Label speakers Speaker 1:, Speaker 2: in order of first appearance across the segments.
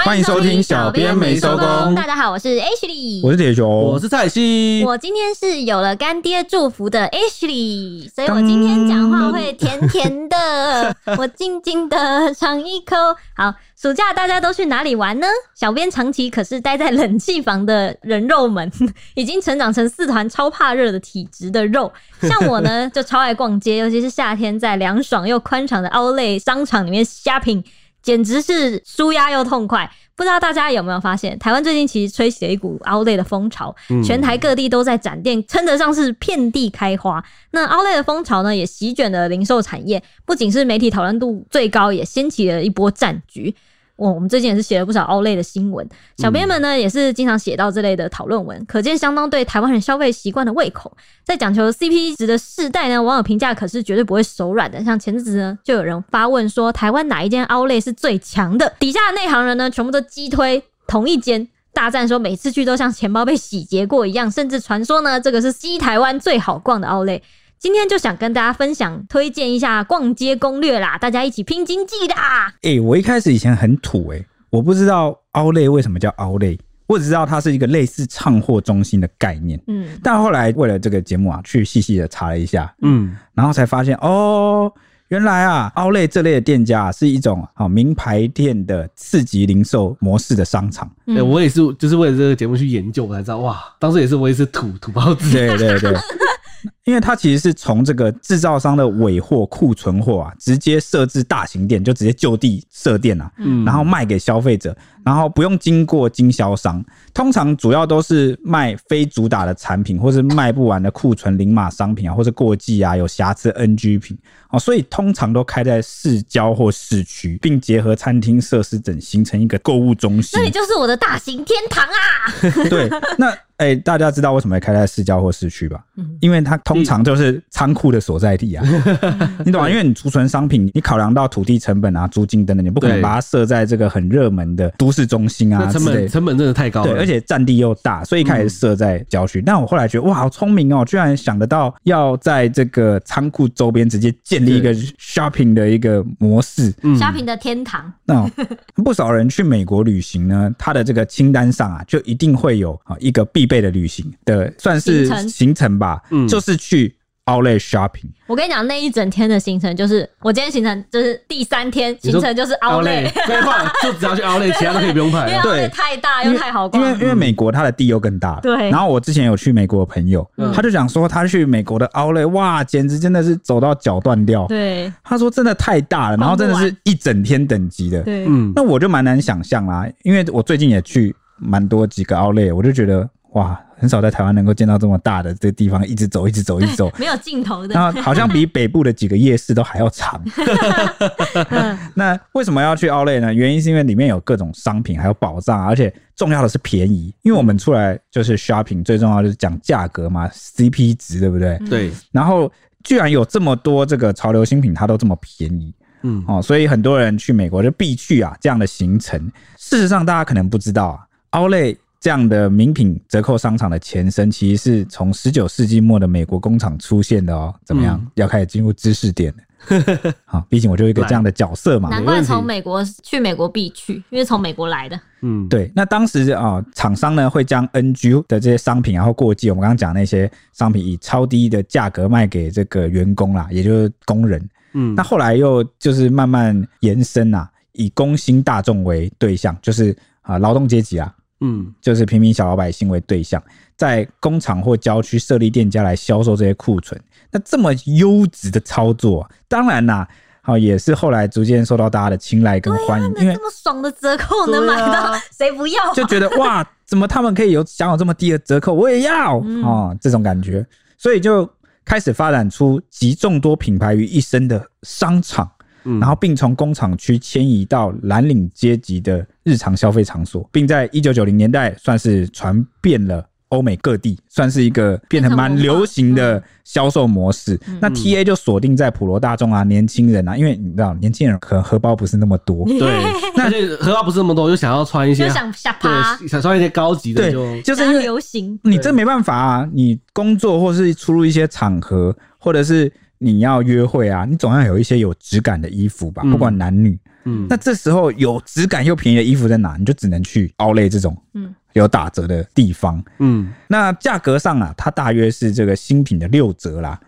Speaker 1: 欢迎收听小编没收工
Speaker 2: 大家好，我是 Ashley，
Speaker 1: 我是铁熊，
Speaker 3: 我是蔡西。
Speaker 2: 我今天是有了干爹祝福的 Ashley，所以我今天讲话会甜甜的，我静静的尝一口。好，暑假大家都去哪里玩呢？小编长期可是待在冷气房的人肉们， 已经成长成四团超怕热的体质的肉。像我呢，就超爱逛街，尤其是夏天在凉爽又宽敞的 Outlet 商场里面 shopping。简直是舒压又痛快。不知道大家有没有发现，台湾最近其实吹起了一股 Outlet 的风潮，
Speaker 1: 嗯
Speaker 2: 全台各地都在展店，称得上是遍地开花。那 Outlet 的风潮呢，也席卷了零售产业，不仅是媒体讨论度最高，也掀起了一波战局。我我们最近也是写了不少 Outlet 的新闻，小编们呢也是经常写到这类的讨论文，可见相当对台湾人消费习惯的胃口。在讲求 CP 值的世代呢，网友评价可是绝对不会手软的。像前阵子呢，就有人发问说，台湾哪一间 Outlet 是最强的？底下的内行人呢，全部都击推同一间。大战说每次去都像钱包被洗劫过一样，甚至传说呢，这个是西台湾最好逛的 Outlet。今天就想跟大家分享推荐一下逛街攻略啦，大家一起拼经济啊啦！
Speaker 1: 哎、我一开始以前很土哎、我不知道凹类为什么叫凹类，我只知道它是一个类似唱货中心的概念。
Speaker 2: 嗯，
Speaker 1: 但后来为了这个节目啊，去细细的查了一下，
Speaker 3: 嗯，
Speaker 1: 然后才发现哦，原来啊，凹类这类的店家、啊、是一种啊名牌店的次级零售模式的商场。
Speaker 2: 嗯
Speaker 3: 对，哎我也是，就是为了这个节目去研究，我才知道哇，当时也是我也是土土包子，
Speaker 1: 对对 对，因为它其实是从这个制造商的尾货库存货啊，直接设置大型店，就直接就地设店啊，
Speaker 3: 嗯
Speaker 1: 然后卖给消费者，然后不用经过经销商，通常主要都是卖非主打的产品，或是卖不完的库存零码商品啊，或是过季啊有瑕疵 NG 品哦，所以通常都开在市郊或市区，并结合餐厅设施等，形成一个购物中心
Speaker 2: 这。里就是我的大型天堂啊！
Speaker 1: 对，那哎、大家知道为什么会开在市郊或市区吧？
Speaker 2: 嗯
Speaker 1: 因为它通常就是仓库的所在地 啊，你懂吗、因为你储存商品，你考量到土地成本啊、租金等等，你不可能
Speaker 3: 对
Speaker 1: 把它设在这个很热门的都市中心 啊
Speaker 3: 那
Speaker 1: 之
Speaker 3: 成
Speaker 1: 类
Speaker 3: 本
Speaker 1: 的。
Speaker 3: 成本真的太高了，
Speaker 1: 对，而且占地又大，所以一开始设在郊区。但我后来觉得，哇，好聪明哦，居然想得到要在这个仓库周边直接建立一个 shopping 的一个模式。
Speaker 3: 嗯
Speaker 2: shopping 的天堂，
Speaker 1: 那、不少人去美国旅 行呢，他的这个清单上啊，就一定会有啊一个必备的旅行的，算是
Speaker 2: 行程
Speaker 1: 行程吧，
Speaker 3: 嗯
Speaker 1: 就是去 Outlet shopping。
Speaker 2: 我跟你讲，那一整天的行程就是，我今天行程就是第三天
Speaker 3: 你
Speaker 2: 行
Speaker 3: 说
Speaker 2: 程就是
Speaker 3: o
Speaker 1: 嗯
Speaker 2: o u t
Speaker 3: t 规划就只要去 Outlet，其他都可以不用
Speaker 2: 因为
Speaker 3: 排了。
Speaker 2: outlet
Speaker 3: 啊
Speaker 1: 对
Speaker 2: 太大又太好
Speaker 1: 因
Speaker 2: 逛
Speaker 1: 为，因
Speaker 3: 嗯
Speaker 1: 为美国它的地又更大了，
Speaker 2: 对
Speaker 1: 然后我之前有去美国的朋友，
Speaker 3: 嗯
Speaker 1: 他就讲说他去美国的 Outlet，哇，简直真的是走到脚断掉。
Speaker 2: 对
Speaker 1: 他说真的太大了，然后真的
Speaker 2: 逛不
Speaker 1: 是一整天等级的。
Speaker 2: 对，
Speaker 3: 嗯，
Speaker 1: 那我就蛮难想象啦，因为我最近也去蛮多几个 Outlet，我就觉得哇，很少在台湾能够见到这么大的这个地方，一直走，一直走，一直走。
Speaker 2: 没有尽头的，
Speaker 1: 那好像比北部的几个夜市都还要长。
Speaker 2: 嗯
Speaker 1: 那为什么要去 Outlet 呢？原因是因为里面有各种商品，还有宝藏啊，而且重要的是便宜。因为我们出来就是 shopping，最重要就是讲价格嘛，CP 值，对不对？
Speaker 3: 嗯对，
Speaker 1: 然后居然有这么多这个潮流新品，它都这么便宜，
Speaker 3: 嗯，
Speaker 1: 哦，所以很多人去美国就必去啊这样的行程。事实上，大家可能不知道啊，Outlet 这样的名品折扣商场的前身，其实是从十九世纪末的美国工厂出现的哦。怎么样？
Speaker 3: 嗯
Speaker 1: 要开始进入知识点了。好，毕竟我就是一个这样的角色嘛。
Speaker 2: 难怪从美国去美国必去，因为从美国来的，
Speaker 3: 嗯，
Speaker 1: 对，那当时啊、厂商呢会将 NG 的这些商品，然后过季，我们刚刚讲那些商品以超低的价格卖给这个员工啦，也就是工人。
Speaker 3: 嗯，
Speaker 1: 那后来又就是慢慢延伸啊，以工薪大众为对象，就是啊劳动阶级啊，
Speaker 3: 嗯
Speaker 1: 就是平民小老百姓为对象，在工厂或郊区设立店家来销售这些库存。那这么优质的操作啊，当然啦、好、也是后来逐渐受到大家的青睐跟欢迎，
Speaker 2: 那
Speaker 1: 因为
Speaker 2: 这么爽的折扣能买到
Speaker 3: 对啊，
Speaker 2: 谁不要啊？
Speaker 1: 就觉得哇，怎么他们可以有享有这么低的折扣，我也要、
Speaker 2: 嗯
Speaker 1: 哦，这种感觉，所以就开始发展出集众多品牌于一身的商场。
Speaker 3: 嗯，
Speaker 1: 然后并从工厂区迁移到蓝领阶级的日常消费场所，并在一九九零年代算是传遍了。欧美各地算是一个变得蛮流行的销售模式，
Speaker 3: 嗯
Speaker 1: 那 T A 就锁定在普罗大众啊、年轻人啊，因为你知道年轻人可能荷包不是那么多，
Speaker 3: 对， 而且荷包不是那么多，就想要穿一些啊
Speaker 2: 就，想下趴，
Speaker 3: 对，想穿一些高级的
Speaker 1: 对
Speaker 3: 就，，
Speaker 1: 就是
Speaker 2: 想
Speaker 1: 因
Speaker 2: 要
Speaker 1: 为
Speaker 2: 流行，
Speaker 1: 你这没办法啊，你工作或是出入一些场合，或者是你要约会啊，你总要有一些有质感的衣服吧，
Speaker 3: 嗯
Speaker 1: 不管男女。
Speaker 3: 嗯，
Speaker 1: 那这时候有质感又便宜的衣服在哪？你就只能去 Outlet 这种
Speaker 2: 嗯
Speaker 1: 有打折的地方。
Speaker 3: 嗯
Speaker 1: 那价格上啊，它大约是这个新品的六折啦。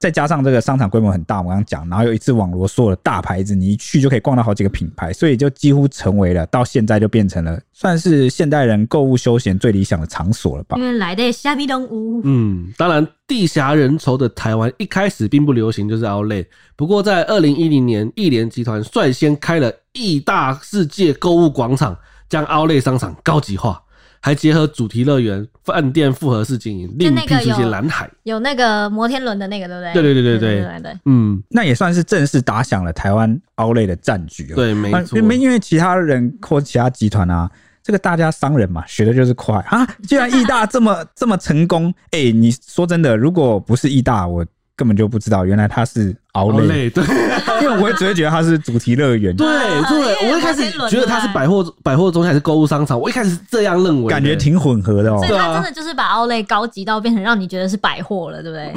Speaker 1: 再加上这个商场规模很大，我们刚刚讲，然后又一次网罗所有的大牌子，你一去就可以逛到好几个品牌，所以就几乎成为了到现在就变成了算是现代人购物休闲最理想的场所了吧
Speaker 3: 啊
Speaker 2: 因？为来的虾米动物，
Speaker 3: 嗯，当然，地狭人稠的台湾一开始并不流行就是 Outlet，不过在二零一零年，亿联集团率先开了亿大世界购物广场，将 Outlet 商场高级化，还结合主题乐园、饭店复合式经营，另
Speaker 2: 那
Speaker 3: 辟
Speaker 2: 个
Speaker 3: 出一些
Speaker 2: 有
Speaker 3: 蓝海。
Speaker 2: 有那个摩天轮的那个，对不对？
Speaker 3: 对对对对
Speaker 2: 对
Speaker 3: 对
Speaker 2: 对对。
Speaker 3: 嗯，
Speaker 1: 那也算是正式打响了台湾 Outlet 的战局哦。
Speaker 3: 对，没
Speaker 1: 啊
Speaker 3: 错，
Speaker 1: 因为因为其他人或其他集团啊，这个大家商人嘛，学的就是快啊。既然义大这么 这么成功，哎、你说真的，如果不是义大，我根本就不知道原来他是熬累，
Speaker 3: Outlet 对。
Speaker 1: 因为我会只会觉得他是主题乐园，
Speaker 3: 对
Speaker 2: 因为
Speaker 3: 对，我一
Speaker 2: 它
Speaker 3: 开
Speaker 2: 可以
Speaker 3: 始
Speaker 2: 轮
Speaker 3: 觉得
Speaker 2: 回
Speaker 3: 它是
Speaker 2: 来
Speaker 3: 百货百货中心还是购物商场，我一开始是这样认为的，
Speaker 1: 感觉挺混合的哦
Speaker 2: 所以。
Speaker 3: 对
Speaker 2: 它
Speaker 3: 啊
Speaker 2: 真的就是把 Outlet 高级到变成让你觉得是百货了，对不对？
Speaker 3: 嗯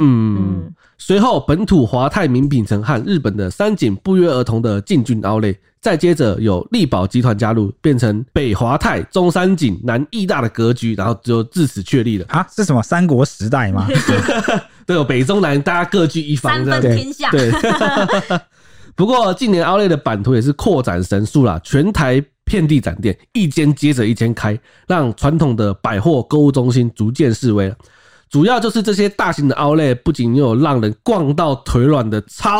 Speaker 2: 嗯，
Speaker 3: 随后，本土华泰名品城和日本的三井不约而同的进军 Outlet，再接着有力宝集团加入，变成北华泰、中山井、南义大的格局，然后就至此确立了。
Speaker 1: 啊，是什么三国时代吗？
Speaker 3: 对哦，北中南大家各据一方
Speaker 2: 三
Speaker 3: 这样
Speaker 2: 分
Speaker 3: 子。
Speaker 2: 天下。
Speaker 3: 对，不过近年 Outlet 的版图也是扩展神速啦，全台遍地展店，一间接着一间开，让传统的百货购物中心逐渐式微了。主要就是这些大型的 Outlet 不仅有让人逛到腿软的超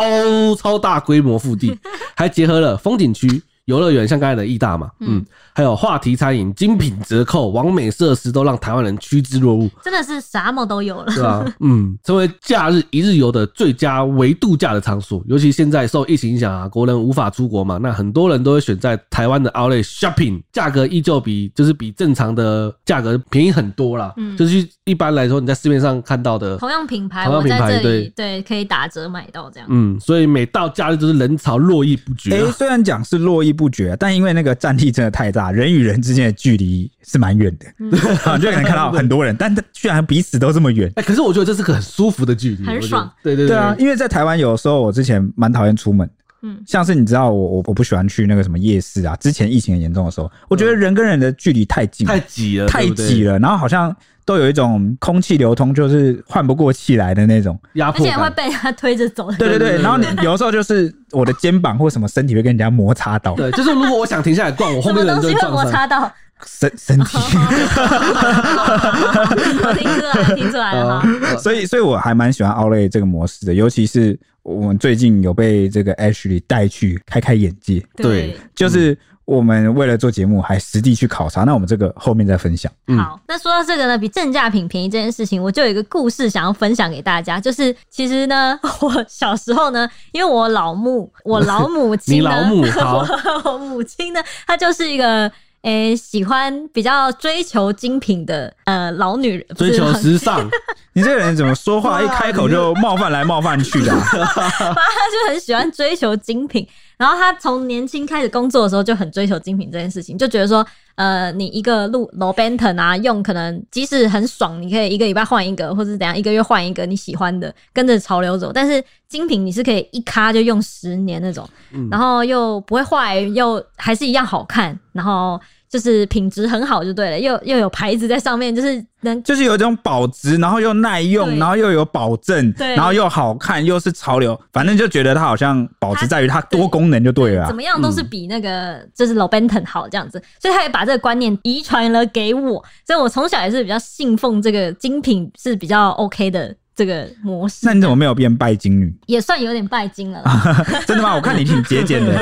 Speaker 3: 超大规模腹地，还结合了风景区、游乐园，像刚才的义大嘛，嗯，还有话题餐饮、精品折扣、完美设施，都让台湾人趋之若鹜。
Speaker 2: 真的是什么都有了。
Speaker 3: 对啊，嗯，成为假日一日游的最佳为度假的场所。尤其现在受疫情影响啊，国人无法出国嘛，那很多人都会选在台湾的 Outlet shopping，价格依旧比就是比正常的价格便宜很多啦。
Speaker 2: 嗯
Speaker 3: 就是一般来说你在市面上看到的。
Speaker 2: 同样品牌，
Speaker 3: 同样
Speaker 2: 我
Speaker 3: 品牌
Speaker 2: 在这里对可以打折买到这样。
Speaker 3: 嗯，所以每到假日就是人潮络绎不绝
Speaker 1: 哎、
Speaker 3: 啊、
Speaker 1: 虽然讲是络绎不绝，但因为那个占地真的太大，人与人之间的距离是蛮远 的，啊，你就可能看到很多人，但他居然彼此都这么远。
Speaker 3: 哎、可是我觉得这是个很舒服的距离，
Speaker 2: 很
Speaker 3: 我觉得
Speaker 2: 爽。
Speaker 3: 对对
Speaker 1: 对啊，，因为在台湾有时候我之前蛮讨厌出门，
Speaker 2: 嗯
Speaker 1: 像是你知道我我我不喜欢去那个什么夜市啊，之前疫情很严重的时候，我觉得人跟人的距离太近了，
Speaker 3: 太挤了，
Speaker 1: 太
Speaker 3: 对不对
Speaker 1: 挤，了，然后好像都有一种空气流通就是换不过气来的那种。
Speaker 3: 压
Speaker 2: 而
Speaker 3: 迫
Speaker 2: 且会
Speaker 3: 感。
Speaker 2: 被他推着走的。
Speaker 1: 对对
Speaker 3: 对
Speaker 1: 对，
Speaker 3: 对
Speaker 1: 然后你有时候就是我的肩膀或什么身体会跟人家摩擦 到，
Speaker 3: 对，就是如果我想停下来逛，我后
Speaker 2: 什么
Speaker 3: 面的人
Speaker 2: 东
Speaker 3: 就
Speaker 2: 西会
Speaker 3: 会撞
Speaker 2: 摩
Speaker 3: 上。
Speaker 2: 擦到？
Speaker 1: 身身 体。
Speaker 2: 我听出来了，听出来了哈。
Speaker 3: 啊
Speaker 1: 所以，所以我还蛮喜欢 Outlet 这个模式的，尤其是我们最近有被这个 Ashley 带去开开眼界，
Speaker 2: 对，
Speaker 1: 就是我们为了做节目还实地去考察，那我们这个后面再分享。
Speaker 3: 嗯
Speaker 2: 好，那说到这个呢，比正价品便宜这件事情，我就有一个故事想要分享给大家。就是其实呢， 我小时候呢，因为我老母，我老母
Speaker 3: 你
Speaker 2: 亲呢，
Speaker 3: 老 母好
Speaker 2: 我母亲呢，她就是一个。诶、喜欢比较追求精品的呃老女人，不是
Speaker 3: 追求
Speaker 2: 老
Speaker 3: 时尚，
Speaker 1: 你这个人怎么说话一
Speaker 2: 啊
Speaker 1: 开口就冒犯来冒犯去的、啊？
Speaker 2: 他就很喜欢追求精品。然后他从年轻开始工作的时候就很追求精品这件事情，就觉得说，呃，你一个路 low benton 啊，用可能即使很爽，你可以一个礼拜换一个，或者怎样，一个月换一个你喜欢的，跟着潮流走。但是精品你是可以一咖就用十年那种，
Speaker 3: 嗯
Speaker 2: 然后又不会坏，又还是一样好看，然后就是品质很好就对了，又又有牌子在上面，就是能
Speaker 1: 就是有一种保值，然后又耐用，
Speaker 2: 对
Speaker 1: 然后又有保证，
Speaker 2: 对
Speaker 1: 然后又好看，又是潮流，反正就觉得它好像保值在于它多功能就对了啊、
Speaker 2: 怎么样都是比那个、就是 l o b e n t o n 好这样子，所以他也把这个观念遗传了给我，所以我从小也是比较信奉这个精品是比较 OK 的这个模式
Speaker 1: 那，你怎啊么没有变拜金女？
Speaker 2: 也算有点拜金了啦。
Speaker 1: 真的吗？我看你挺 节俭的。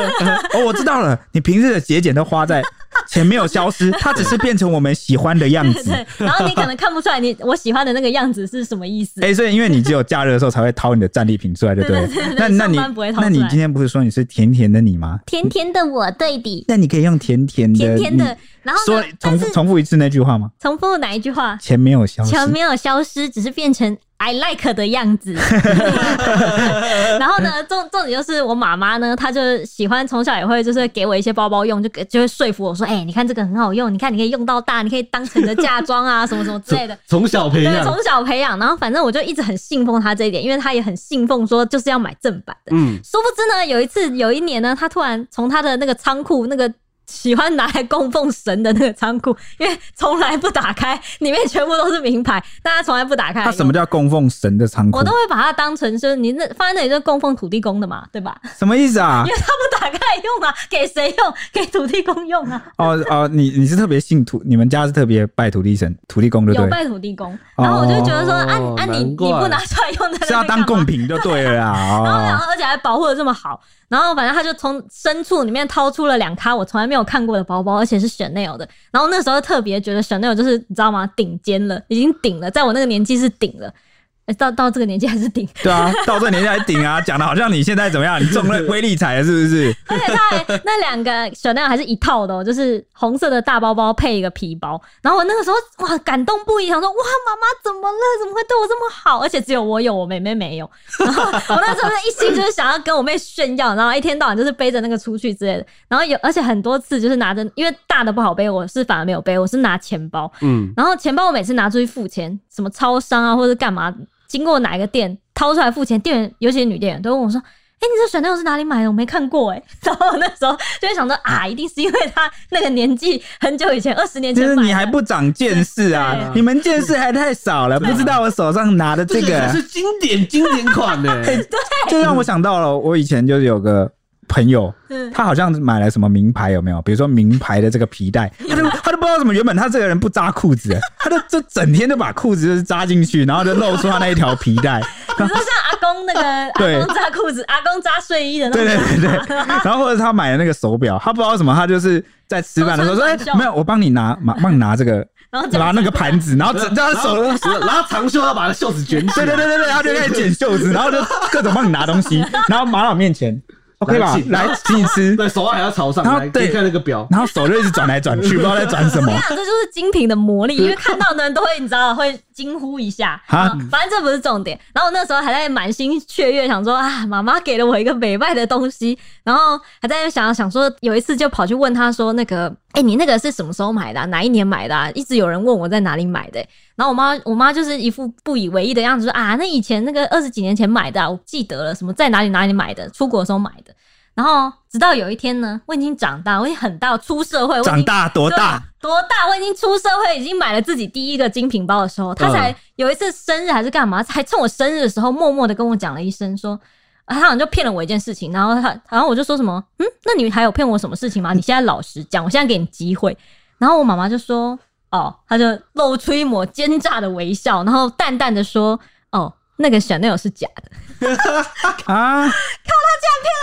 Speaker 1: 哦，我知道了，你平日的节俭都花在钱没有 消失，它只是变成我们喜欢的样子。
Speaker 2: 对，然后你可能看不出来你我喜欢的那个样子是什么意思
Speaker 1: 哎、。所以因为你只有假日的时候才会掏你的战利品出来，对不对了
Speaker 2: 对对对？
Speaker 1: 那
Speaker 2: 对
Speaker 1: 那你
Speaker 2: 上班不会掏出来
Speaker 1: 那你今天不是说你是甜甜的你吗？
Speaker 2: 甜甜的我对底，
Speaker 1: 那你可以用甜甜的
Speaker 2: 甜甜的
Speaker 1: 你。
Speaker 2: 然后
Speaker 1: 说
Speaker 2: 呢？
Speaker 1: 重复重复一次那句话吗？
Speaker 2: 重复哪一句话？
Speaker 1: 钱没有消失，
Speaker 2: 钱没有消失，只是变成 I like 的样子。 然后呢，重重点就是我妈妈呢，她就喜欢从小也会就是给我一些包包用，就给就会说服我说，哎、你看这个很好用，你看你可以用到大，你可以当成你的嫁妆啊，什么什么之类的。
Speaker 3: 从小培
Speaker 2: 对，
Speaker 3: 养
Speaker 2: 从，小培养，然后反正我就一直很信奉她这一点，因为她也很信奉说就是要买正版的。
Speaker 3: 嗯，
Speaker 2: 殊不知呢，有一次有一年呢，他突然从他的那个仓库那个。喜欢拿来供奉神的那个仓库，因为从来不打开，里面全部都是名牌，但他从来不打开。
Speaker 1: 他什么？叫供奉神的仓库
Speaker 2: 我？都会把它当成就是你那放在那里就是供奉土地公的嘛，对吧？
Speaker 1: 什么意思 啊
Speaker 2: 因？为他不打开用啊，给谁用？给土地公用啊，
Speaker 1: 哦哦，你你是特别信土，你们家是特别拜土地神、土地公，对不
Speaker 2: 有
Speaker 1: 对？
Speaker 2: 拜土地公。然后我就觉得说，啊
Speaker 3: 哦
Speaker 2: 啊你你
Speaker 3: 难怪
Speaker 2: 不拿出来用，在那边
Speaker 1: 是要当
Speaker 2: 干嘛
Speaker 1: 贡品就对了
Speaker 2: 然后，然
Speaker 1: 啦。哦，
Speaker 2: 后而且还保护的这么好，然后反正他就从深处里面掏出了两咖我从来没有看过的包包，而且是 Chanel 的。然后那时候特别觉得 Chanel 就是你知道吗，顶尖了，已经顶了，在我那个年纪是顶了，诶到到这个年纪还是顶。
Speaker 1: 对啊，到这年纪还顶啊，讲的好像你现在怎么样，你中了威力彩了是 不是？
Speaker 2: 而且他还那两个 Chanel 还是一套的、哦，就是红色的大包包配一个皮包。然后我那个时候哇感动不已，想说哇妈妈怎么了？怎么会对我这么好？而且只有我有，我妹妹没有。然后我那时候一心就是想要跟我妹炫耀，然后一天到晚就是背着那个出去之类的。然后有而且很多次就是拿着，因为大的不好背，我是反而没有背，我是拿钱包。
Speaker 3: 嗯，
Speaker 2: 然后钱包我每次拿出去付钱，什么超商啊或者干嘛，经过哪一个店掏出来付钱，店员尤其是女店员都问我说：“哎、你这选料是哪里买的？我没看过哎、 然后我那时候就会想说啊，一定是因为他那个年纪很久以前，二十年
Speaker 1: 就
Speaker 2: 前
Speaker 1: 是
Speaker 2: 买的。
Speaker 1: 你还不长见识啊
Speaker 2: 对，
Speaker 1: 你们见识还太少了，不知道我手上拿的这
Speaker 3: 可
Speaker 1: 个，
Speaker 3: 是经典经典 款呢，
Speaker 1: 就让我想到了，我以前就是有个。朋友，
Speaker 2: 嗯
Speaker 1: 他好像买了什么名牌，有没有？比如说名牌的这个皮带，他就他都不知道怎么，原本他这个人不扎裤子， 他就就整天就把裤子就是扎进去，然后就露出他那一条皮带，
Speaker 2: 你说像阿公那个
Speaker 1: 对
Speaker 2: 阿公扎裤子、阿公扎睡衣的那
Speaker 1: 对
Speaker 2: 种，
Speaker 1: 对对对，然后或者他买的那个手表，他不知道什么，他就是在吃饭的时候说：“哎、
Speaker 2: 都穿短袖
Speaker 1: 没有，我帮你拿，帮帮你拿这个，
Speaker 2: 然后这样
Speaker 1: 拿那个盘子，然后 整张手，
Speaker 3: 然后然后长袖要把那袖子卷起
Speaker 1: 对
Speaker 3: 来，
Speaker 1: 对对对对，然后就开始剪袖子，然后就各种帮你拿东西，然后马老面前，OK 吧
Speaker 3: 来，请
Speaker 1: 来请你吃，
Speaker 3: 对，手腕还要朝上
Speaker 1: 然后
Speaker 3: 来，
Speaker 1: 对
Speaker 3: 可以看那个表，
Speaker 1: 然后手就一直转来转去，不知道在转什
Speaker 2: 我
Speaker 1: 么
Speaker 2: 跟你。讲，这就是精品的魔力，因为看到的人都会，你知道，会惊呼一下。
Speaker 1: 啊
Speaker 2: 啊，反正这不是重点。然后我那时候还在满心雀跃，想说啊，妈妈给了我一个美外的东西，然后还在想想说，有一次就跑去问他说，那个，哎、你那个是什么时候买的啊、哪一年买的、啊？一直有人问我在哪里买的欸、然后我妈，我妈就是一副不以为意的样子，说啊，那以前那个二十几年前买的、啊，我记得了，什么在哪里哪里买的，出国的时候买的。然后直到有一天呢，我已经长大，我已经很大，出社会，我已
Speaker 1: 长
Speaker 2: 经
Speaker 1: 大多大？
Speaker 2: 对？多大？我已经出社会，已经买了自己第一个精品包的时候，
Speaker 1: 嗯
Speaker 2: 他才有一次生日还是干嘛，还趁我生日的时候，默默的跟我讲了一声说。啊他好像就骗了我一件事情，然后他，然后我就说什么，嗯，那你还有骗我什么事情吗？你现在老实讲，我现在给你机会。然后我妈妈就说，哦，她就露出一抹奸诈的微笑，然后淡淡的说，哦，那个 Chanel 是假的，
Speaker 1: 啊，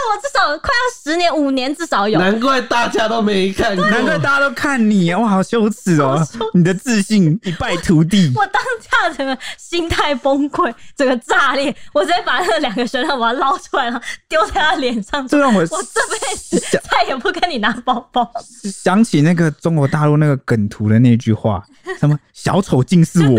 Speaker 2: 我至少快要十年五年至少有，
Speaker 3: 难怪大家都没看过，
Speaker 1: 难怪大家都看你，哇，好羞耻哦！你的自信一败涂地。
Speaker 2: 我当下整个心态崩溃，整个炸裂，我直接把那两个学生把它捞出来，然后丢在他脸上，
Speaker 1: 这
Speaker 2: 说
Speaker 1: 让我
Speaker 2: 我这辈子
Speaker 1: 想
Speaker 2: 再也不跟你拿包包。
Speaker 1: 想起那个中国大陆那个梗图的那句话，什么“小丑竟是我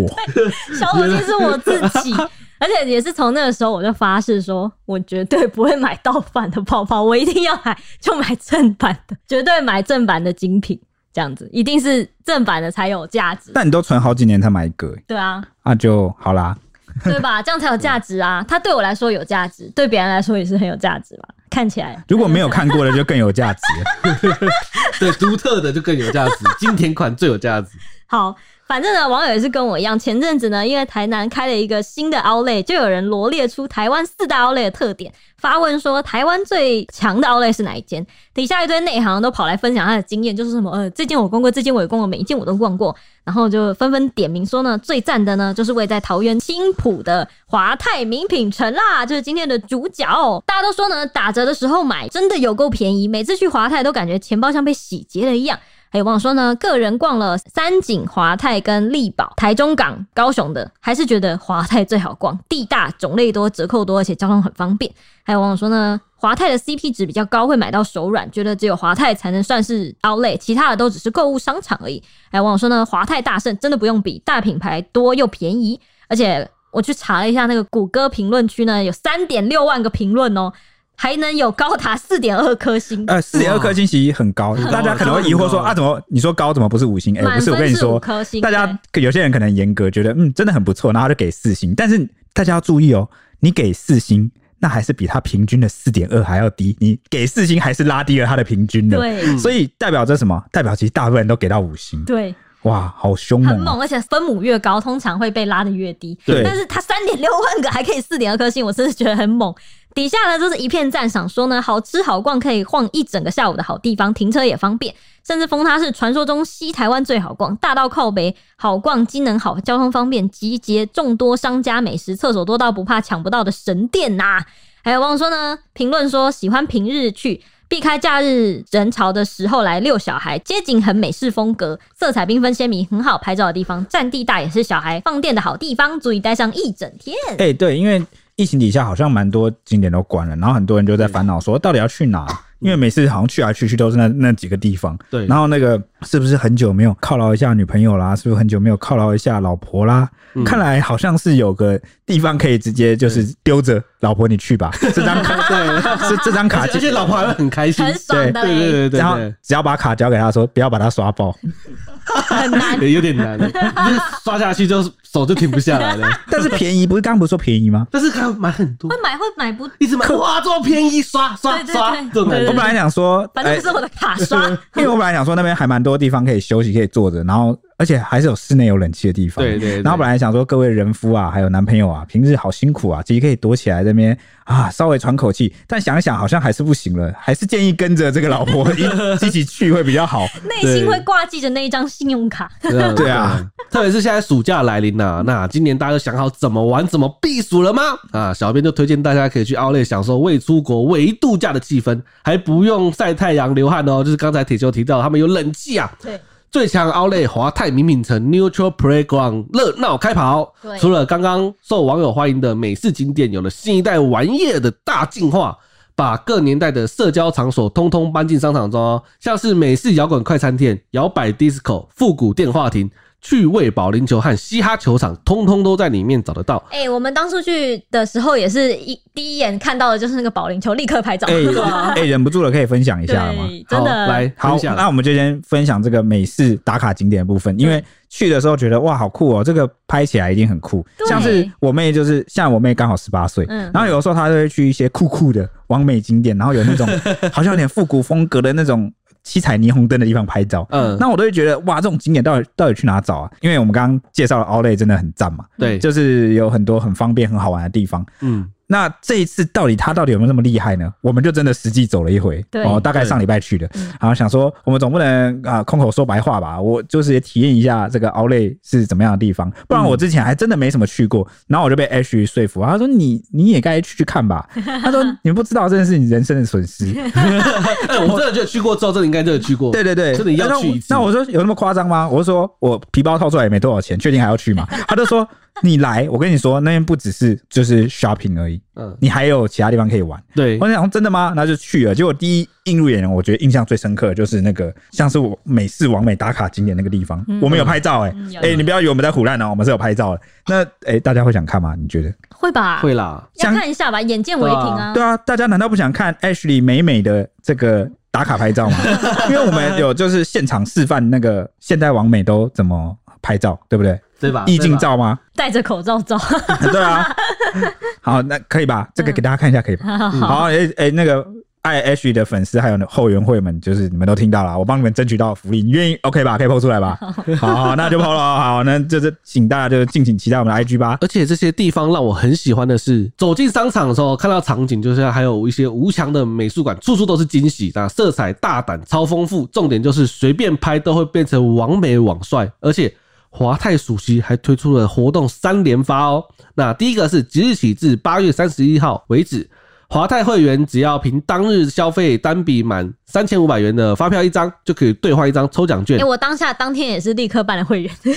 Speaker 2: 小火鸡是我自己，而且也是从那个时候我就发誓说，我绝对不会买盗版的包包，我一定要买就买正版的，绝对买正版的精品，这样子一定是正版的才有价”，值。
Speaker 1: 但你都存好几年才买一个、欸
Speaker 2: 对啊，
Speaker 1: 啊，就好啦。
Speaker 2: 对吧？这样才有价值啊！它对我来说有价值，对别人来说也是很有价值吧？看起来
Speaker 1: 如果没有看过的，就更有价值了。
Speaker 3: 对，独特的就更有 价值，经典款最有价值，
Speaker 2: 好，反正呢，网友也是跟我一样，前阵子呢，因为台南开了一个新的 Outlet，就有人罗列出台湾四大 Outlet 的特点，发问说台湾最强的 Outlet 是哪一间？底下一堆内行都跑来分享他的经验，就是什么呃，这间我逛过，这间我也逛过，每一间我都逛过，然后就纷纷点名说呢，最赞的呢就是位在桃园青浦的华泰名品城啦，就是今天的主角。大家都说呢，打折的时候买真的有够便宜，每次去华泰都感觉钱包像被洗劫了一样。还有哎网友说呢，个人逛了三井、华泰跟力宝、台中港、高雄的，还是觉得华泰最好逛，地大、种类多、折扣多，而且交通很方便。还有网友说呢，华泰的 CP 值比较高，会买到手软，觉得只有华泰才能算是 Outlet，其他的都只是购物商场而已。还有网友说呢，华泰大胜真的不用比，大品牌多又便宜，而且我去查了一下那个谷歌评论区呢，有三点六万个评论哦，还能有高达四点二颗星，
Speaker 1: 呃，四点二颗星其实很高，
Speaker 3: 高
Speaker 1: 大家可能会疑惑说啊，怎么你说高怎么不是五星？哎、
Speaker 2: 满
Speaker 1: 不是，我跟
Speaker 2: 分
Speaker 1: 你
Speaker 2: 是五
Speaker 1: 说，
Speaker 2: 颗星。
Speaker 1: 大
Speaker 2: 对
Speaker 1: 家有些人可能严格觉得嗯真的很不错，然后他就给四星，但是大家要注意哦，你给四星。那还是比他平均的四点二还要低，你给四星还是拉低了他的平均的，
Speaker 2: 对
Speaker 1: 所以代表着什么？代表其实大部分人都给到五星，
Speaker 2: 对，
Speaker 1: 哇，好凶
Speaker 2: 很
Speaker 1: 猛、啊！
Speaker 2: 猛，而且分母越高，通常会被拉的越低。
Speaker 1: 对
Speaker 2: 但是它三点六万个还可以四点二颗星，我真是觉得很猛。底下呢就是一片赞赏，说呢好吃好逛，可以晃一整个下午的好地方，停车也方便，甚至封它是传说中西台湾最好逛，大到靠北，好逛，机能好，交通方便，集结众多商家美食，厕所多到不怕抢不到的神店呐、还有网友说呢，评论说喜欢平日去，避开假日人潮的时候来遛小孩，街景很美式风格，色彩缤纷鲜明，很好拍照的地方，占地大也是小孩放电的好地方，足以待上一整天。
Speaker 1: 哎、对，因为疫情底下好像蛮多景点都关了，然后很多人就在烦恼说到底要去哪，因为每次好像去来去去都是那那几个地方。
Speaker 3: 对
Speaker 1: 然后那个是不是很久没有犒劳一下女朋友啦？是不是很久没有犒劳一下老婆啦？
Speaker 2: 嗯
Speaker 1: 看来好像是有个地方可以直接就是丢着老婆你 去吧，这张卡
Speaker 3: 对，
Speaker 1: 是这张 卡
Speaker 3: 而且而且老婆还会很开心
Speaker 2: 很，爽的
Speaker 3: 对对
Speaker 2: 嘞，
Speaker 3: 对对
Speaker 1: 然后
Speaker 3: 对
Speaker 1: 只要把卡交给他说，不要把它刷爆。
Speaker 2: 很难。
Speaker 3: 对，有点难，就是刷下去就手就停不下 来了。
Speaker 1: 但是便宜不是刚不是说便宜吗？
Speaker 3: 但是他买很多
Speaker 2: 会，买会买不，
Speaker 3: 一直买，哇，这么便宜，刷刷
Speaker 2: 对对
Speaker 3: 刷，
Speaker 2: 对
Speaker 3: 这种感
Speaker 1: 我
Speaker 3: 觉
Speaker 1: 本。来想说，
Speaker 2: 反正
Speaker 1: 哎
Speaker 2: 不是我的卡刷。
Speaker 1: 因为我本来想说那边还蛮多地方可以休息，可以坐着，然后而且还是有室内有冷气的地方。
Speaker 3: 对对对
Speaker 1: 然后本来想说各位人夫啊，还有男朋友啊，平日好辛苦啊，其实可以躲起来这边啊，稍微喘口气。但想一想好像还是不行了，还是建议跟着这个老婆 一一起去会比较好。
Speaker 2: 内心会挂记着那一张信用卡，
Speaker 3: 嗯
Speaker 1: 对啊，
Speaker 3: 特别是现在暑假来临呐、那今年大家都想好怎么玩、怎么避暑了吗？啊，小编就推荐大家可以去奥莱享受未出国、未度假的气氛，还不用晒太阳、流汗哦。就是刚才铁球提到，他们有冷气啊。
Speaker 2: 对，
Speaker 3: 最强奥莱华泰名品城 Neutral Playground 热闹开跑
Speaker 2: 对。
Speaker 3: 除了刚刚受网友欢迎的美式景点，有了新一代玩意儿的大进化。把各年代的社交场所通通搬进商场中哦，像是美式摇滚快餐店、摇摆 disco、复古电话亭、趣味保龄球和嘻哈球场，通通都在里面找得到。
Speaker 2: 哎、我们当初去的时候也是一第一眼看到的就是那个保龄球，立刻拍 照。
Speaker 1: 哎哎，忍不住了，可以分享一下了吗？
Speaker 2: 啊对，真的
Speaker 3: 好来
Speaker 1: 好啊
Speaker 3: 分，享
Speaker 1: 那我们就先分享这个美式打卡景点的部分，因为去的时候觉得哇，好酷哦，这个拍起来一定很酷。
Speaker 2: 对
Speaker 1: 像是我妹，就是像我妹刚好十八岁，
Speaker 2: 嗯
Speaker 1: 然后有的时候她就会去一些酷酷的完美景点，然后有那种 好像有点复古风格的那种七彩霓虹灯的地方拍照。
Speaker 3: 嗯，
Speaker 1: 那我都会觉得哇，这种景点到底到底去哪找啊？因为我们刚刚介绍的 o l 真的很赞嘛，
Speaker 3: 对，
Speaker 1: 就是有很多很方便、很好玩的地方。
Speaker 3: 嗯，
Speaker 1: 那这一次到底他到底有没有那么厉害呢？我们就真的实际走了一回，
Speaker 2: 对
Speaker 1: 哦，大概上礼拜去的，然后想说我们总不能啊、空口说白话吧，我就是也体验一下这个奥莱是怎么样的地方，不然我之前还真的没什么去过，然后我就被 H 说服，他说你你也该去去看吧，他说你们不知道真的是你人生的损失，
Speaker 3: 哎、我真的觉得去过之后，真的应该真的去过。
Speaker 1: 对对对，
Speaker 3: 真的要去一次
Speaker 1: 那我。那我说有那么夸张吗？我就说我皮包掏出来也没多少钱，确定还要去吗？他就说你来，我跟你说那边不只是就是 shopping 而已，
Speaker 3: 嗯，
Speaker 1: 你还有其他地方可以玩。
Speaker 3: 对
Speaker 1: 我，想说真的吗？那就去了。结果第一映入眼帘，我觉得印象最深刻的就是那个像是我美式完美打卡景点那个地方，我们有拍照哎、
Speaker 2: 嗯有
Speaker 1: 哎、你不要以为我们在胡乱哦，我们是有拍照的。那哎、大家会想看吗？你觉得？
Speaker 2: 会吧？
Speaker 3: 会啊啦。
Speaker 2: 要
Speaker 1: 像
Speaker 2: 看一下吧，眼见为凭啊。
Speaker 1: 对啊，大家难道不想看 Ashley 美美的这个打卡拍照吗？ 因为我们有就是现场示范那个现代完美都怎么拍照，对不对？
Speaker 3: 对
Speaker 2: 啊
Speaker 3: 吧？
Speaker 1: 意境照吗？
Speaker 2: 戴着口罩照，
Speaker 1: 对啊。好，那可以
Speaker 2: 嗯
Speaker 1: 吧？这个给大家看一下，可以吧？好，哎、哎、那个爱 H 的粉丝还有后援会们，就是你们都听到了，我帮你们争取到福利，你愿意 OK 吧？可以抛出来吧？好好，那就抛了。好，那就是请大家就敬请期待我们的 IG 吧。
Speaker 3: 而且这些地方让我很喜欢的是，走进商场的时候看到场景，就是还有一些无墙的美术馆，处处都是惊喜，那色彩大胆、超丰富。重点就是随便拍都会变成网美网帅，而且。华泰暑期还推出了活动三连发哦，那第一个是即日起至八月三十一号为止，华泰会员只要凭当日消费单笔满三千五百元的发票一张，就可以兑换一张抽奖券
Speaker 2: 哎、。我当下当天也是立刻办了会员， 想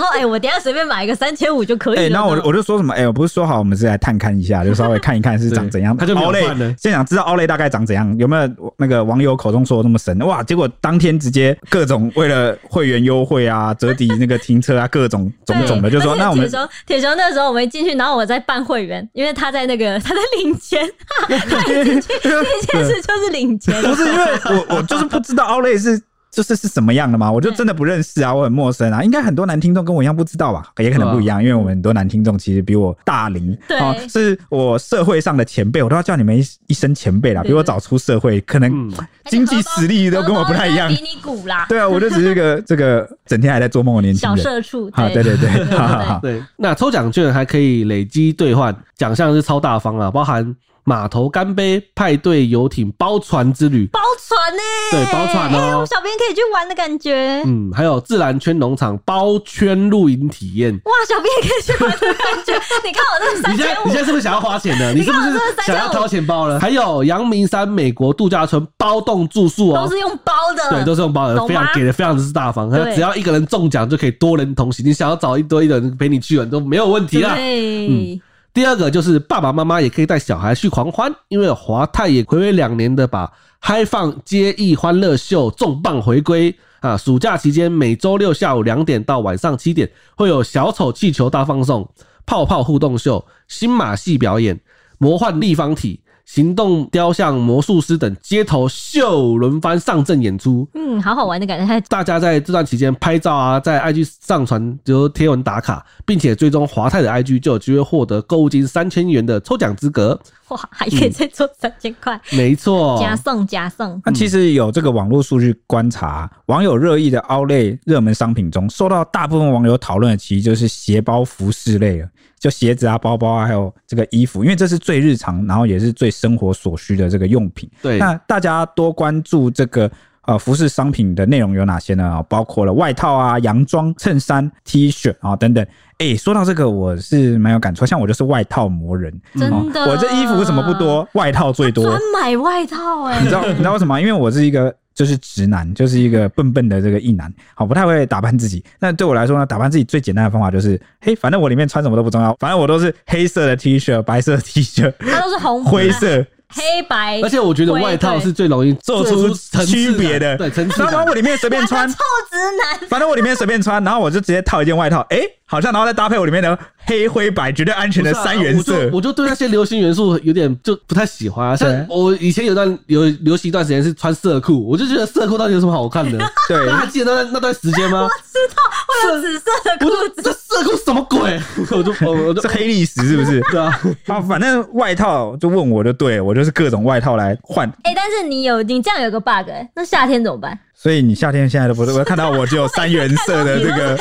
Speaker 2: 说，哎、我等一下随便买一个三千五就可以了啊
Speaker 1: 哎、
Speaker 2: 呢。
Speaker 1: 那我我就说什么？哎、我不是说好我们是来探看一下，就稍微看一看是长怎样。
Speaker 3: 对他就没有
Speaker 1: 奥
Speaker 3: 换了
Speaker 1: 莱现想知道奥莱大概长怎样，有没有那个网友口中说的那么神？哇！结果当天直接各种为了会员优惠啊、折抵那个停车啊、各种种种的，就
Speaker 2: 对
Speaker 1: 说
Speaker 2: 而且
Speaker 1: 那我们
Speaker 2: 铁熊铁熊那时候我们一进去，然后我在办会员，因为他在那个他在领钱， 这件 事就是领 钱。
Speaker 1: 不是因为我我就是不知道奥莱是。就是是什么样的嘛？我
Speaker 2: 嗯
Speaker 1: 就真的不认识啊，我很陌生啊。应该很多男听众跟我一样不知道吧，也可能不一样，因为我们很多男听众其实比我大龄，
Speaker 2: 哦对
Speaker 1: 哦，是我社会上的前辈，我都要叫你们一一声前辈啦，
Speaker 2: 对
Speaker 1: 比我早出社会，可能
Speaker 3: 嗯，
Speaker 1: 经济实力都跟我不太一样
Speaker 2: 荷包。比你鼓啦，
Speaker 1: 对啊，我就只是一个这个整天还在做梦的年轻
Speaker 2: 小
Speaker 1: 人。
Speaker 2: 社畜。
Speaker 1: 啊，对对对，好好好，
Speaker 3: 对，那抽奖券还可以累积兑换，奖项是超大方啊，包含码头干杯、派对游艇、包船之旅，
Speaker 2: 包船呢、
Speaker 3: 对包船哦
Speaker 2: 哎、我们小编可以去玩的感觉。
Speaker 3: 嗯，还有自然圈农场包圈露营体验。
Speaker 2: 哇，小编可以去玩的感觉。你看我这
Speaker 3: 你
Speaker 2: 三
Speaker 3: 现在
Speaker 2: 千
Speaker 3: 你现
Speaker 2: 五，
Speaker 3: 在是不是想要花钱的？你是不
Speaker 2: 看我
Speaker 3: 是
Speaker 2: 这个
Speaker 3: 想要
Speaker 2: 3500
Speaker 3: 掏钱包了？还有阳明山美国度假村包栋住宿哦
Speaker 2: 都，是用包的。
Speaker 3: 对，都是用包的，
Speaker 2: 懂
Speaker 3: 非常
Speaker 2: 吗
Speaker 3: 给的非常之大方。还有
Speaker 2: 对
Speaker 3: 只要一个人中奖就可以多人同行，你想要找一堆的人陪你去玩都没有问题啊啦。
Speaker 1: 嗯
Speaker 2: 对，
Speaker 3: 第二个就是爸爸妈妈也可以带小孩去狂欢，因为华泰也暌违两年的把嗨放街艺欢乐秀重磅回归啊！暑假期间每周六下午两点到晚上七点会有小丑气球大放送、泡泡互动秀、新马戏表演、魔幻立方体、行动雕像魔术师等街头秀轮番上阵演出。
Speaker 2: 嗯，好好玩的感觉。还
Speaker 3: 大家在这段期间拍照啊，在 IG 上传就是贴文打卡，并且追踪华泰的 IG 就有机会获得购物金三千元的抽奖资格。
Speaker 2: 哇，还可以再做三千块，
Speaker 1: 嗯
Speaker 3: 没
Speaker 1: 哦
Speaker 3: 错，
Speaker 2: 加送加送。
Speaker 1: 那其实有这个网络数据观察，网友热议的奥类热门商品中，受到大部分网友讨论的，其实就是鞋包、服饰类了，就鞋子啊、包包啊，还有这个衣服，因为这是最日常，然后也是最生活所需的这个用品。
Speaker 3: 对，
Speaker 1: 那大家多关注这个呃服饰商品的内容有哪些呢？包括了外套啊、洋装、衬衫、T 恤啊、等等。哎、说到这个，我是蛮有感触，像我就是外套魔人，哦
Speaker 2: 真的啊
Speaker 1: 我这衣服什么不多，外套最多。
Speaker 2: 专买外套哎、
Speaker 1: 你知道 你知道为什么吗？因为我是一个就是直男，就是一个笨笨的这个异男，好不太会打扮自己。那对我来说呢，打扮自己最简单的方法就是，嘿，反正我里面穿什么都不重要，反正我都是黑色的 T 恤、白色的 T 恤、
Speaker 2: 它都是红
Speaker 1: 灰、色，
Speaker 2: 黑白，
Speaker 3: 而且我觉得外套是最容易
Speaker 1: 做
Speaker 3: 出
Speaker 1: 出
Speaker 3: 层次
Speaker 1: 区别
Speaker 3: 的，
Speaker 1: 的，
Speaker 3: 对层次
Speaker 1: 然后
Speaker 3: 感
Speaker 1: 我里面随便穿
Speaker 2: 臭。直男。
Speaker 1: 反正我里面随便穿，然后我就直接套一件外套，哎、好像然后再搭配我里面的黑灰白绝对安全的
Speaker 3: 不是啊
Speaker 1: 三原
Speaker 3: 我
Speaker 1: 色
Speaker 3: 就，我就对那些流行元素有点就不太喜欢、啊。像
Speaker 1: 对
Speaker 3: 我以前有段有流行一段时间是穿色裤，我就觉得色裤到底有什么好看的？
Speaker 1: 对
Speaker 3: 大家还记得那那段时间吗？
Speaker 2: 会有紫色的
Speaker 3: 我
Speaker 2: 裤
Speaker 3: 就
Speaker 2: 子，
Speaker 3: 这色裤什么鬼？ 我就我我就是
Speaker 1: 黑历史是不是？
Speaker 3: 对啊。
Speaker 1: 啊，反正外套就问我就对我就是各种外套来换，
Speaker 2: 哎、但是你有你这样有个 bug，、欸、那夏天怎么办？
Speaker 1: 所以你夏天现在都不是，我看到我只有三原色的这个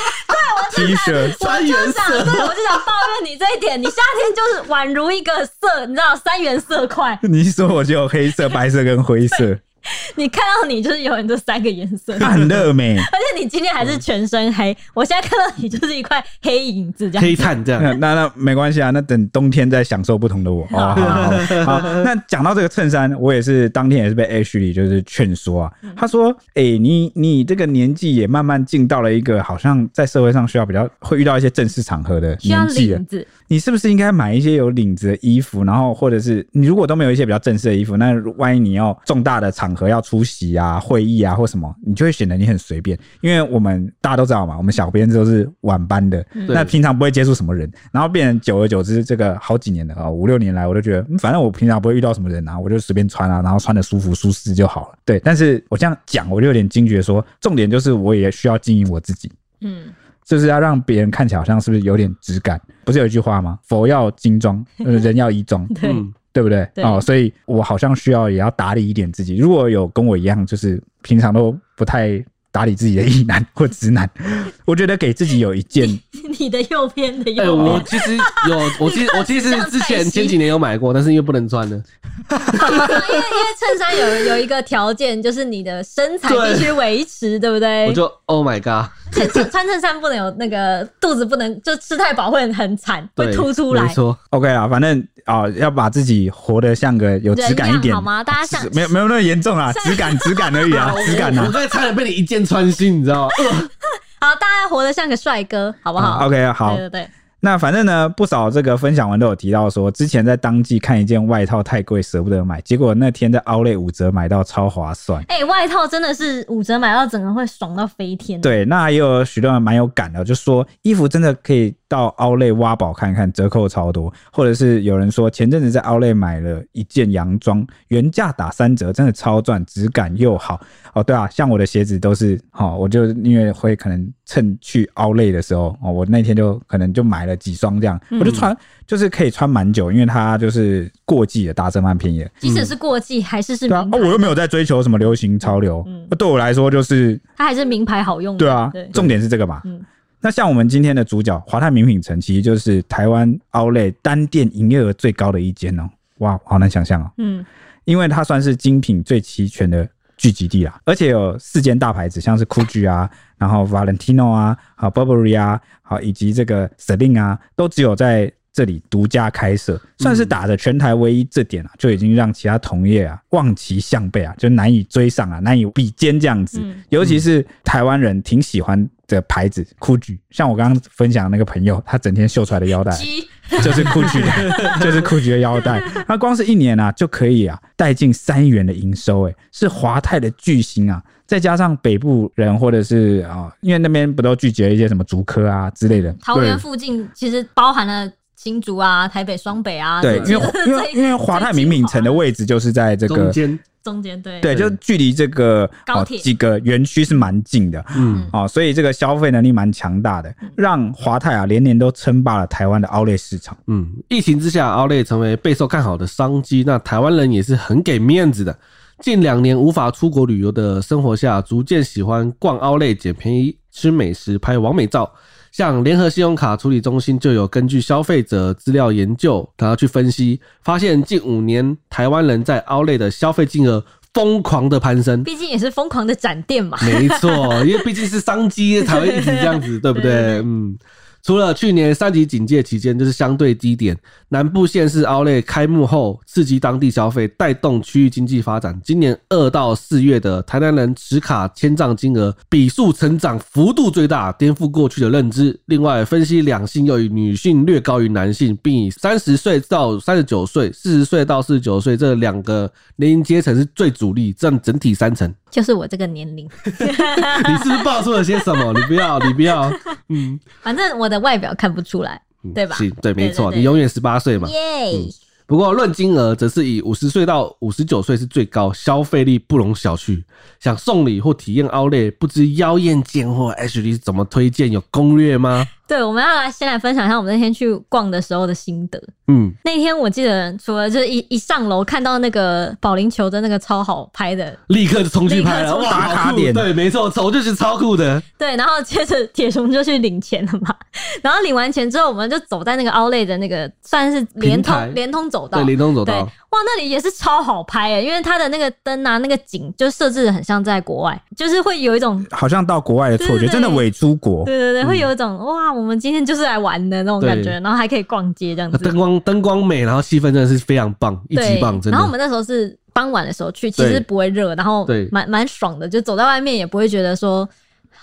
Speaker 1: T 恤，
Speaker 3: 三原
Speaker 2: 想
Speaker 3: 色，
Speaker 2: 对，我就想抱怨你这一点，你夏天就是宛如一个色，你知道三原色块，
Speaker 1: 你说我只有黑色、白色跟灰色，
Speaker 2: 你看到你就是有你这三个颜 色，而
Speaker 1: 很热美。
Speaker 2: 且你今天还是全身黑，我现在看到你就是一块黑影子这样。
Speaker 3: 黑炭这样。
Speaker 1: 那那那没关系啊，那等冬天再享受不同的我。哦，好好好。好那讲到这个衬衫，我也是当天也是被 Ashley 就是劝说啊，他说：“哎、你你这个年纪也慢慢进到了一个好像在社会上需要比较会遇到一些正式场合的
Speaker 2: 需要
Speaker 1: 年纪了啊
Speaker 2: 领，子，
Speaker 1: 你是不是应该买一些有领子的衣服？然后或者是你如果都没有一些比较正式的衣服，那万一你要重大的场合要出席啊、会议啊或什么，你就会显得你很随便。因为我们大家都知道嘛，我们小编都是晚班的，
Speaker 3: 对
Speaker 1: 那平常不会接触什么人，然后变成久而久之，这个好几年了啊，五六年来，我都觉得、嗯反正我平常不会遇到什么人啊，我就随便穿啊，然后穿的舒服舒适就好了。对，但是我这样讲，我就有点惊觉说，重点就是我也需要经营我自己。
Speaker 2: 嗯，
Speaker 1: 就是要让别人看起来好像是不是有点质感？不是有一句话吗？佛要金 装，呃人要衣装，
Speaker 2: 对，
Speaker 3: 嗯
Speaker 1: 对不对？
Speaker 2: 对
Speaker 1: 哦，所以我好像需要也要打理一点自己。如果有跟我一样，就是平常都不太打理自己的异男或直男。我觉得给自己有一 件，
Speaker 2: 你的右边的
Speaker 3: 哎、
Speaker 2: 右
Speaker 3: 我
Speaker 2: 边，
Speaker 3: 其实有，我 其实我其实之前前几年有买过，但是因为不能穿的，
Speaker 2: 啊因为因为衬衫有有一个条件，就是你的身材
Speaker 3: 对
Speaker 2: 必须维持，对不对？
Speaker 3: 我就 Oh my God，
Speaker 2: 衬衬穿衬衫不能有那个肚子不能就吃太饱会很惨，会
Speaker 3: 对，
Speaker 2: 凸出来
Speaker 3: 没。错，
Speaker 1: OK 啦，反正啊、要把自己活得像个有质感一
Speaker 2: 人
Speaker 1: 点
Speaker 2: 样好吗啊大家想
Speaker 1: 是没有没有那么 严重啊，质感质感而已啊，质感
Speaker 3: 我
Speaker 1: 啊
Speaker 3: 我。刚才差点被你一箭穿心，你知道吗？
Speaker 2: 好，大家活得像个帅哥，好不好、
Speaker 1: 啊 OK，好
Speaker 2: 对，对对，
Speaker 1: 那反正呢，不少这个分享文都有提到说，之前在当季看一件外套太贵，舍不得买，结果那天在 Outlet 五折买到超划算。
Speaker 2: 哎、外套真的是五折买到，整个会爽到飞天。，
Speaker 1: 对，那也有许多人蛮有感的，就说衣服真的可以到 Outlet 挖宝看看，折扣超多。或者是有人说前阵子在 Outlet 买了一件洋装，原价打三折，真的超赚，质感又好。哦，对啊，像我的鞋子都是，哦，我就因为会可能趁去 Outlet 的时候，哦，我那天就可能就买了几双这样，
Speaker 2: 嗯
Speaker 1: 我就穿，就是可以穿蛮久，因为它就是过季的，打折蛮便宜的。
Speaker 2: 即使是过季，还是是
Speaker 1: 嗯对啊
Speaker 2: 名，
Speaker 1: 哦，
Speaker 2: 牌，
Speaker 1: 我又没有在追求什么流行潮流，
Speaker 2: 嗯
Speaker 1: 对我来说就是
Speaker 2: 它还是名牌好用的。
Speaker 1: 对啊，
Speaker 2: 对，
Speaker 1: 重点是这个嘛。
Speaker 2: 嗯
Speaker 1: 那像我们今天的主角华泰名品城，其实就是台湾 Outlet 单店营业额最高的一间哦，哇，好难想象哦，
Speaker 2: 嗯，
Speaker 1: 因为它算是精品最齐全的聚集地啦，而且有四间大牌子，像是 GUCCI 啊，然后 Valentino 啊，好 Burberry 啊，好以及这个 Celine 啊，都只有在这里独家开设，算是打着全台唯一这点啊，就已经让其他同业啊望其项背啊，就难以追上啊，难以比肩这样子。
Speaker 2: 嗯
Speaker 1: 尤其是台湾人挺喜欢的牌子 GUCCI，像我刚刚分享那个朋友，他整天秀出来的腰带啊，
Speaker 2: 鸡
Speaker 1: 就是酷局 的，就是酷局的腰带。它光是一年啊，就可以啊带进三亿元的营收、欸，是华泰的巨星啊。再加上北部人或者是啊、因为那边不都聚集了一些什么竹科啊之类的，
Speaker 2: 桃
Speaker 3: 对
Speaker 2: 园附近其实包含了新竹啊、台北、双北啊，
Speaker 1: 对，
Speaker 2: 这
Speaker 1: 因为因为因为华泰名品城的位置就是在这
Speaker 3: 中
Speaker 1: 个。
Speaker 3: 间，
Speaker 2: 中间对
Speaker 1: 对，就距离这个
Speaker 2: 高
Speaker 1: 哦
Speaker 2: 铁
Speaker 1: 几个园区是蛮近的，
Speaker 3: 嗯，
Speaker 1: 哦，所以这个消费能力蛮强大的，
Speaker 2: 嗯
Speaker 1: 让华泰啊连年都称霸了台湾的 outlet 市场。
Speaker 3: 嗯，疫情之下，奥莱成为备受看好的商机，那台湾人也是很给面子的。近两年无法出国旅游的生活下，逐渐喜欢逛奥莱、捡便宜、吃美食、拍完美照。像联合信用卡处理中心就有根据消费者资料研究，然后去分析，发现近五年台湾人在奥莱的消费金额疯狂的攀升。
Speaker 2: 毕竟也是疯狂的展店嘛。
Speaker 3: 没错，因为毕竟是商机才会一直这样子，对不对？嗯，除了去年三级警戒期间就是相对低点，南部县市奥莱开幕后刺激当地消费，带动区域经济发展。今年二到四月的台南人持卡签账金额比数成长幅度最大，颠覆过去的认知。另外，分析两性又以女性略高于男性，并以三十岁到三十九岁、四十岁到四十九岁这两个年龄阶层是最主力，占整体三成。
Speaker 2: 就是我这个年龄，
Speaker 3: 你是不是爆出了些什 么？你不要，你不要，嗯，
Speaker 2: 反正我的外表看不出来， 对吧？
Speaker 3: 是对，没错，
Speaker 2: 对对对
Speaker 3: 你永远十八岁嘛。
Speaker 2: 耶！
Speaker 3: 不过论金额，则是以五十岁到五十九岁是最高，消费力不容小觑。想送礼或体验奥莱，不知妖艳贱货 H D 怎么推荐？有攻 略吗？
Speaker 2: 对，我们要来先来分享一下我们那天去逛的时候的心得。
Speaker 3: 嗯，
Speaker 2: 那天我记得，除了就是一一上楼看到那个保龄球的那个超好拍的，
Speaker 3: 立刻就冲去拍了，
Speaker 2: 立刻冲
Speaker 3: 哇，
Speaker 1: 打
Speaker 3: 好
Speaker 1: 卡
Speaker 3: 酷
Speaker 1: 点
Speaker 3: 对，没错，我就是超酷的，
Speaker 2: 对，然后接着铁熊就去领钱了嘛。 然后领完钱之后，我们就走在那个 Outlet 的那个算是连
Speaker 3: 平台
Speaker 2: 通连通走道
Speaker 3: 对，，林东走
Speaker 2: 对，
Speaker 3: 道
Speaker 2: 哇，，那里也是超好拍欸诶、因为它的那个灯啊，那个景就设置的很像在国外，就是会有一种，
Speaker 1: 好像到国外的错
Speaker 2: 对
Speaker 1: 觉，
Speaker 2: 对
Speaker 1: 真的
Speaker 2: 对
Speaker 1: 伪出国。
Speaker 2: 对对对，会有一种、哇，我们今天就是来玩的那种感觉，
Speaker 3: 嗯对
Speaker 2: 然后还可以逛街这样子
Speaker 3: 呃灯，光灯光美，然后气氛真的是非常棒，一级
Speaker 2: 对
Speaker 3: 棒，。真
Speaker 2: 然后我
Speaker 3: 的。
Speaker 2: 们那时候是傍晚的时候去，其
Speaker 3: 对
Speaker 2: 实不会热，然后
Speaker 3: 对
Speaker 2: 蛮蛮爽的，就走在外面也不会觉得说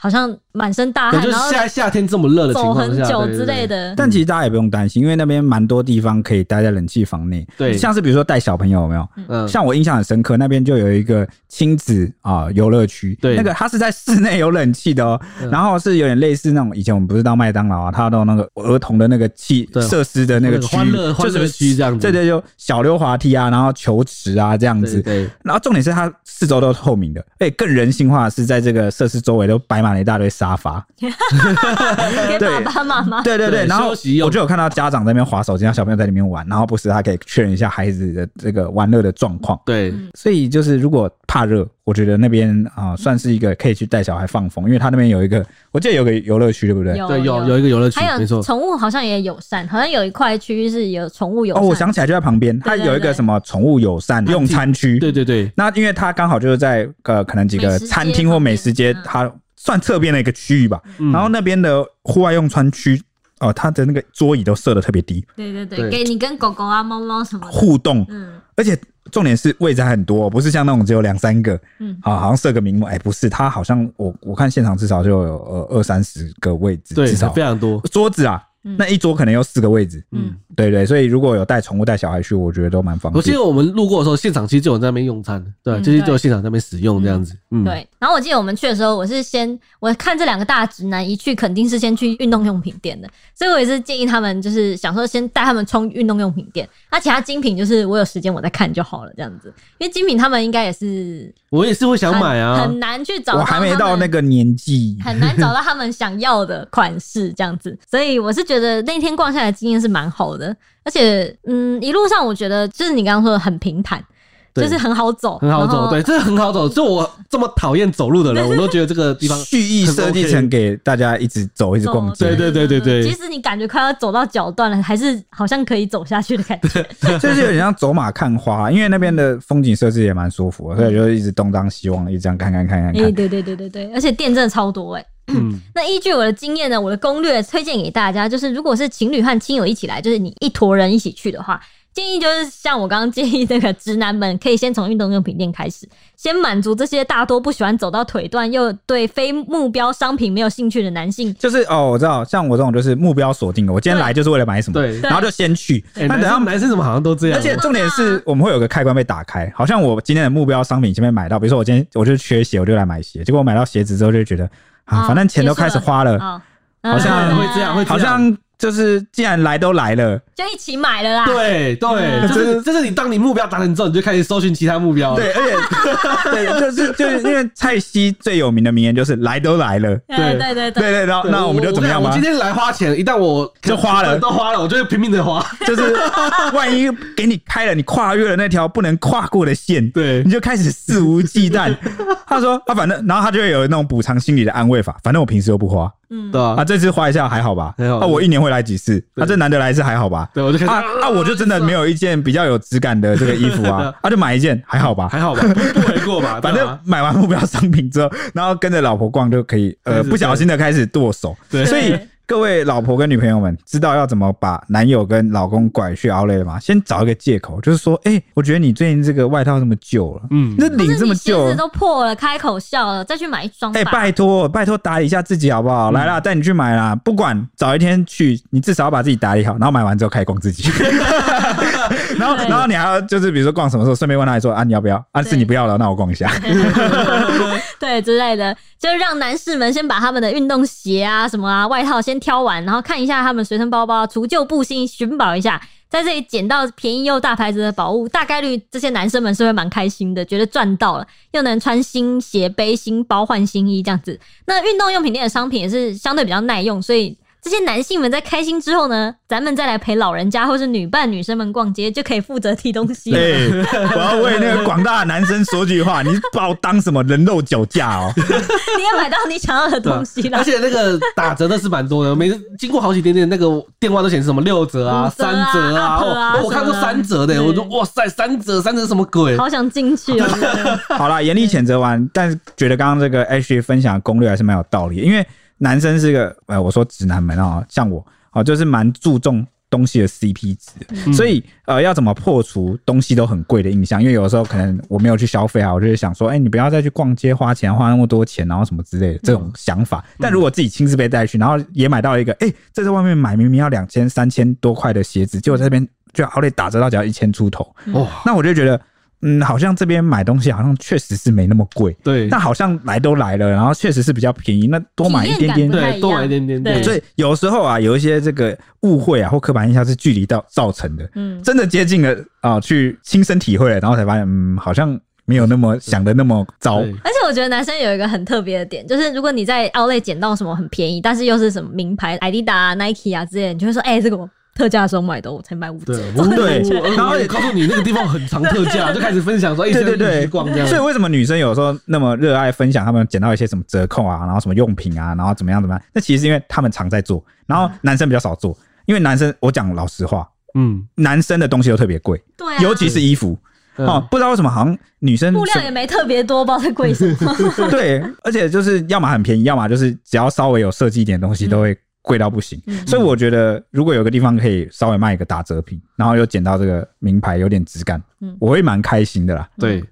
Speaker 2: 好像满身大
Speaker 3: 感
Speaker 2: 汗，
Speaker 3: 觉
Speaker 2: 然后
Speaker 3: 夏夏天这么热的情
Speaker 2: 走
Speaker 3: 况
Speaker 2: 很
Speaker 3: 下，
Speaker 2: 久
Speaker 3: 对
Speaker 2: 之类，
Speaker 3: 对
Speaker 2: 的。
Speaker 1: 但其实大家也不用担心，因为那边蛮多地方可以待在冷气房内。
Speaker 3: 对
Speaker 1: 像是比如说带小朋友有没有？
Speaker 3: 对嗯，
Speaker 1: 像我印象很深刻，那边就有一个亲子啊游乐区，
Speaker 3: 对嗯
Speaker 1: 那个它是在室内有冷气的哦，然后是有点类似那种以前我们不是到麦当劳啊，它到那个儿童的那个器
Speaker 3: 对
Speaker 1: 设施的那个区域，
Speaker 3: 欢乐欢乐区这样子
Speaker 1: 对对，就小溜滑梯啊，然后球池啊这样
Speaker 3: 对
Speaker 1: 子。
Speaker 3: 对。
Speaker 1: 然后重点是它四周都是透明的，哎，更人性化的是在这个设施周围都摆摆满了一大堆沙发，
Speaker 2: 给爸
Speaker 1: 对
Speaker 2: 爸妈 妈。
Speaker 1: 对对对，
Speaker 3: 对
Speaker 1: 然后
Speaker 3: 休息用
Speaker 1: 我就有看到家长在那边划手机，让小朋友在里面玩，然后不时他可以确认一下孩子的这个玩乐的状况。
Speaker 3: 对，
Speaker 1: 所以就是如果怕热，我觉得那边啊、算是一个可以去带小孩放风，因为他那边有一个，我记得有个游乐区，对不对？
Speaker 2: 哦有
Speaker 3: 对，有有一个游乐区
Speaker 2: 还，有
Speaker 3: 没错，
Speaker 2: 宠物好像也友善，好像有一块区域是有宠物友
Speaker 1: 哦，
Speaker 2: 善。
Speaker 1: 我想起来就在旁边，它
Speaker 2: 对对
Speaker 1: 有一个什么宠物友善用餐区。
Speaker 3: 对对对，
Speaker 1: 那因为它刚好就是在呃可能几
Speaker 2: 美
Speaker 1: 个
Speaker 2: 食街
Speaker 1: 餐厅或美食街
Speaker 2: 旁，边嗯
Speaker 1: 它算侧边的一个区域吧。
Speaker 3: 嗯
Speaker 1: 然后那边的户外用餐区，哦、它的那个桌椅都设的特别低，
Speaker 2: 对对对，
Speaker 3: 对
Speaker 2: 给你跟狗狗啊、猫猫什么的。
Speaker 1: 互动，
Speaker 2: 嗯
Speaker 1: 而且重点是位置还很多、哦不是像那种只有两三个，
Speaker 2: 嗯，
Speaker 1: 啊，好像设个名目，哎、不是，它好像我我看现场至少就有呃二三十个位置，
Speaker 3: 对
Speaker 1: 至少
Speaker 3: 非常多，
Speaker 1: 桌子啊，
Speaker 2: 嗯
Speaker 1: 那一桌可能有四个位置，
Speaker 2: 嗯
Speaker 3: 嗯，
Speaker 1: 对对，所以如果有带宠物带小孩去，我觉得都蛮方
Speaker 3: 我记
Speaker 1: 便。
Speaker 3: 得我们路过的时候，现场其实就有人在那边用餐，对，
Speaker 2: 嗯
Speaker 3: 就是就有现场在那边使用这样子，嗯，
Speaker 2: 对。然后我记得我们去的时候，我是先我看这两个大直男一去，肯定是先去运动用品店的，所以我也是建议他们就是想说先带他们冲运动用品店，那其他精品就是我有时间我再看就好了，这样子。因为精品他们应该也是
Speaker 3: 我也是会想
Speaker 2: 很
Speaker 3: 买啊，
Speaker 2: 很难去找。
Speaker 1: 我还没到那。个年纪，
Speaker 2: 很难找到他们想要的款式，这样子，所以我是觉得那天逛下来经验是蛮好的，而且嗯，一路上我觉得就是你刚刚说的很平坦，
Speaker 3: 对
Speaker 2: 就是很好走，
Speaker 3: 很好
Speaker 2: 然
Speaker 3: 走，
Speaker 2: 后
Speaker 3: 对，这很好走。就我这么讨厌走路 的人，我都觉得这个地方
Speaker 1: 蓄意设计成给大家一直走一直
Speaker 2: 走，
Speaker 1: 逛
Speaker 3: 对
Speaker 1: 街，
Speaker 3: 对对对对
Speaker 2: 即使嗯你感觉快要走到脚断了，还是好像可以走下去的 感觉，
Speaker 1: 就是有点像走马看花，因为那边的风景设置也蛮舒服的，所以就一直东张西望，一直这样看看看看
Speaker 2: 哎、
Speaker 1: 看。
Speaker 2: 对对对对对，而且店真的超多哎、
Speaker 3: 嗯，
Speaker 2: 那依据我的经验呢，我的攻略推荐给大家，就是如果是情侣和亲友一起来，就是你一坨人一起去的话，建议就是像我刚刚建议那个直男们，可以先从运动用品店开始，先满足这些大多不喜欢走到腿断又对非目标商品没有兴趣的男性。
Speaker 1: 就是哦，我知道，像我这种就是目标锁定的，我今天
Speaker 2: 对
Speaker 1: 来就是为了买什么，
Speaker 3: 对
Speaker 1: 然后就先去。
Speaker 3: 哎，
Speaker 1: 那
Speaker 3: 男
Speaker 1: 等他
Speaker 3: 生男生怎么好像都这样
Speaker 1: 而
Speaker 3: 啊？
Speaker 1: 且重点
Speaker 2: 真的
Speaker 1: 是
Speaker 2: 啊，
Speaker 1: 我们会有个开关被打开，好像我今天的目标商品前面买到，比如说我今天我就缺鞋，我就来买鞋，结果我买到鞋子之后就觉得啊，
Speaker 2: 啊
Speaker 1: 反正钱都开始花了，
Speaker 2: 哦，
Speaker 1: 呃好像
Speaker 3: 会这样会这样
Speaker 1: 好像就是既然来都来了，
Speaker 2: 就一起买了啦。
Speaker 3: 对对，
Speaker 2: 嗯
Speaker 3: 就是就是你当你目标达成之后，你就开始搜寻其他目 标了。
Speaker 1: 对，而且对，就是就是因为蔡西最有名的名言就是来都来了，
Speaker 2: 呃
Speaker 3: 对
Speaker 2: 对对
Speaker 1: 对
Speaker 2: 对，
Speaker 1: 对，然后
Speaker 3: 对，
Speaker 1: 那我们就怎么样
Speaker 3: 我
Speaker 1: 吗
Speaker 3: 我？今天来花钱，一旦我
Speaker 1: 就花了
Speaker 3: 都花了，我就会拼命 的花。
Speaker 1: 就是万一给你开了，你跨越了那条不能跨过的线，
Speaker 3: 对
Speaker 1: 你就开始肆无忌惮。他说啊，反正然后他就会有那种补偿心理的安慰法，反正我平时又不花
Speaker 2: 嗯，
Speaker 3: 对
Speaker 1: 啊，
Speaker 3: 啊，
Speaker 1: 这次花一下还好吧？
Speaker 3: 还好
Speaker 1: 啊，我一年会来几次？
Speaker 3: 对
Speaker 1: 啊，这难得来一次还好吧？
Speaker 3: 对我就开始
Speaker 1: 啊啊，我就真的没有一件比较有质感的这个衣服 啊，啊，就买一件还好吧？
Speaker 3: 还好吧，不不为过吧，
Speaker 1: 反
Speaker 3: 对
Speaker 1: 正
Speaker 3: 啊吧
Speaker 1: 买完目标商品之后，然后跟着老婆逛就可以，呃，
Speaker 3: 开始
Speaker 1: 不小心的开始剁手。
Speaker 3: 对
Speaker 1: 所以
Speaker 2: 对
Speaker 1: 各位老婆跟女朋友们，知道要怎么把男友跟老公拐去 o u t 吗？先找一个借口，就是说，哎、我觉得你最近这个外套这么旧了，
Speaker 3: 嗯
Speaker 1: 那领这么
Speaker 2: 鞋
Speaker 1: 旧
Speaker 2: 子，都破了，开口笑了，再去买一双吧。
Speaker 1: 哎、拜托拜托打理一下自己好不好？来啦，带你去买啦，不管早一天去，你至少要把自己打理好，然后买完之后开始逛自己。 然后，
Speaker 2: 对
Speaker 1: 然后你还要就是比如说逛什么时候，顺便问他说啊你要不要？啊是你不要了，那我逛一下。
Speaker 2: 对之类的，就是让男士们先把他们的运动鞋啊、什么啊、外套先挑完，然后看一下他们随身包包，除旧布新，寻宝一下，在这里捡到便宜又大牌子的宝物，大概率这些男生们是会蛮开心的，觉得赚到了，又能穿新鞋、背新包、换新衣这样子。那运动用品店的商品也是相对比较耐用，所以。这些男性们在开心之后呢，咱们再来陪老人家或是女伴女生们逛街，就可以负责提东西了。
Speaker 1: 对，哎我要为那个广大的男生说句话，你把我当什么人肉酒驾哦？
Speaker 2: 你也买到你想要的
Speaker 3: 对啊
Speaker 2: 东西了
Speaker 3: 而。且那个打折的是蛮多的，每次经过好几点点，那个电话都显示什么六折啊、
Speaker 2: 五折
Speaker 3: 三
Speaker 2: 啊
Speaker 3: 折啊，
Speaker 2: 二折啊
Speaker 3: 哦我看过
Speaker 2: 什么的
Speaker 3: 三折
Speaker 2: 对
Speaker 3: 的，我说哇塞，三折三折什么鬼？
Speaker 2: 好想进去哦！
Speaker 3: 啊
Speaker 2: 真的
Speaker 1: 好啦，严厉谴责完，但是觉得刚刚这个 H 分享的攻略还是蛮有道理的，因为男生是个呃，我说直男们啊、像我哦、就是蛮注重。东西的 CP 值，
Speaker 3: 嗯
Speaker 1: 所以呃，要怎么破除东西都很贵的印象？因为有时候可能我没有去消费啊，我就是想说，哎、你不要再去逛街花钱，花啊那么多钱，然后什么之类的这种想法。但如果自己亲自被带去，然后也买到一个，哎、这在外面买明明要两千、三千多块的鞋子，结果在这边就好歹打折到只要一千出头，
Speaker 3: 哇，
Speaker 1: 那我就觉得，嗯，好像这边买东西好像确实是没那么贵，
Speaker 3: 对
Speaker 1: 那好像来都来了，然后确实是比较便宜，那多买一点
Speaker 2: 体验
Speaker 1: 点
Speaker 2: 感不。太一样
Speaker 3: 对，多买一点点，
Speaker 2: 对
Speaker 1: 所以有时候啊，有一些这个误会啊或刻板印象是距离到造成的，
Speaker 2: 嗯，
Speaker 1: 真的接近了啊、去亲身体会了，然后才发现，嗯，好像没有那么想的那么糟。
Speaker 3: 对
Speaker 2: 而且我觉得男生有一个很特别的点，就是如果你在 Outlet 捡到什么很便宜，但是又是什么名牌 Adidas 啊、Nike 啊之类的，你就会说：“哎、这个我特价的时候买的，我才买五折。
Speaker 3: 对，啊
Speaker 2: 这种
Speaker 1: 对
Speaker 2: 感觉
Speaker 3: 然后也告诉你那个地方很常特 价，就开始分享说，哎，
Speaker 1: 对对
Speaker 3: 现在一起
Speaker 1: 对
Speaker 3: 去逛这样，
Speaker 1: 所以为什么女生有时候那么热爱分享他们捡到一些什么折扣啊，然后什么用品啊，然后怎么样怎么样？那其实是因为他们常在做，然后男生比较少做，因为男生我讲老实话，
Speaker 3: 嗯，
Speaker 1: 男生的东西都特别贵，
Speaker 2: 对啊，
Speaker 1: 尤其是衣服
Speaker 3: 嗯
Speaker 1: 哦，不知道为什么好像女生
Speaker 2: 布料也没特别多，不知道在贵什么。
Speaker 1: 对，而且就是要么很便宜，要么就是只要稍微有设计一点东西都会贵到不行。
Speaker 2: 嗯
Speaker 1: 所以我觉得，如果有个地方可以稍微卖一个打折品，然后又捡到这个名牌，有点质感，
Speaker 2: 嗯
Speaker 1: 我会蛮开心的啦。
Speaker 3: 对，